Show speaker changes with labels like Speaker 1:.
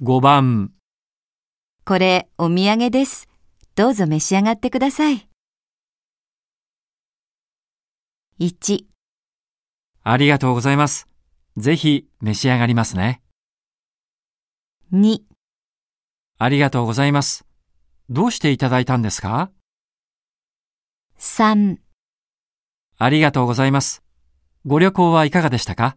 Speaker 1: 5番、
Speaker 2: これお土産です。どうぞ召し上がってください。1、
Speaker 1: ありがとうございます。ぜひ召し上がりますね。
Speaker 2: 2、
Speaker 1: ありがとうございます。どうしていただいたんですか
Speaker 2: 3
Speaker 1: ありがとうございます。ご旅行はいかがでしたか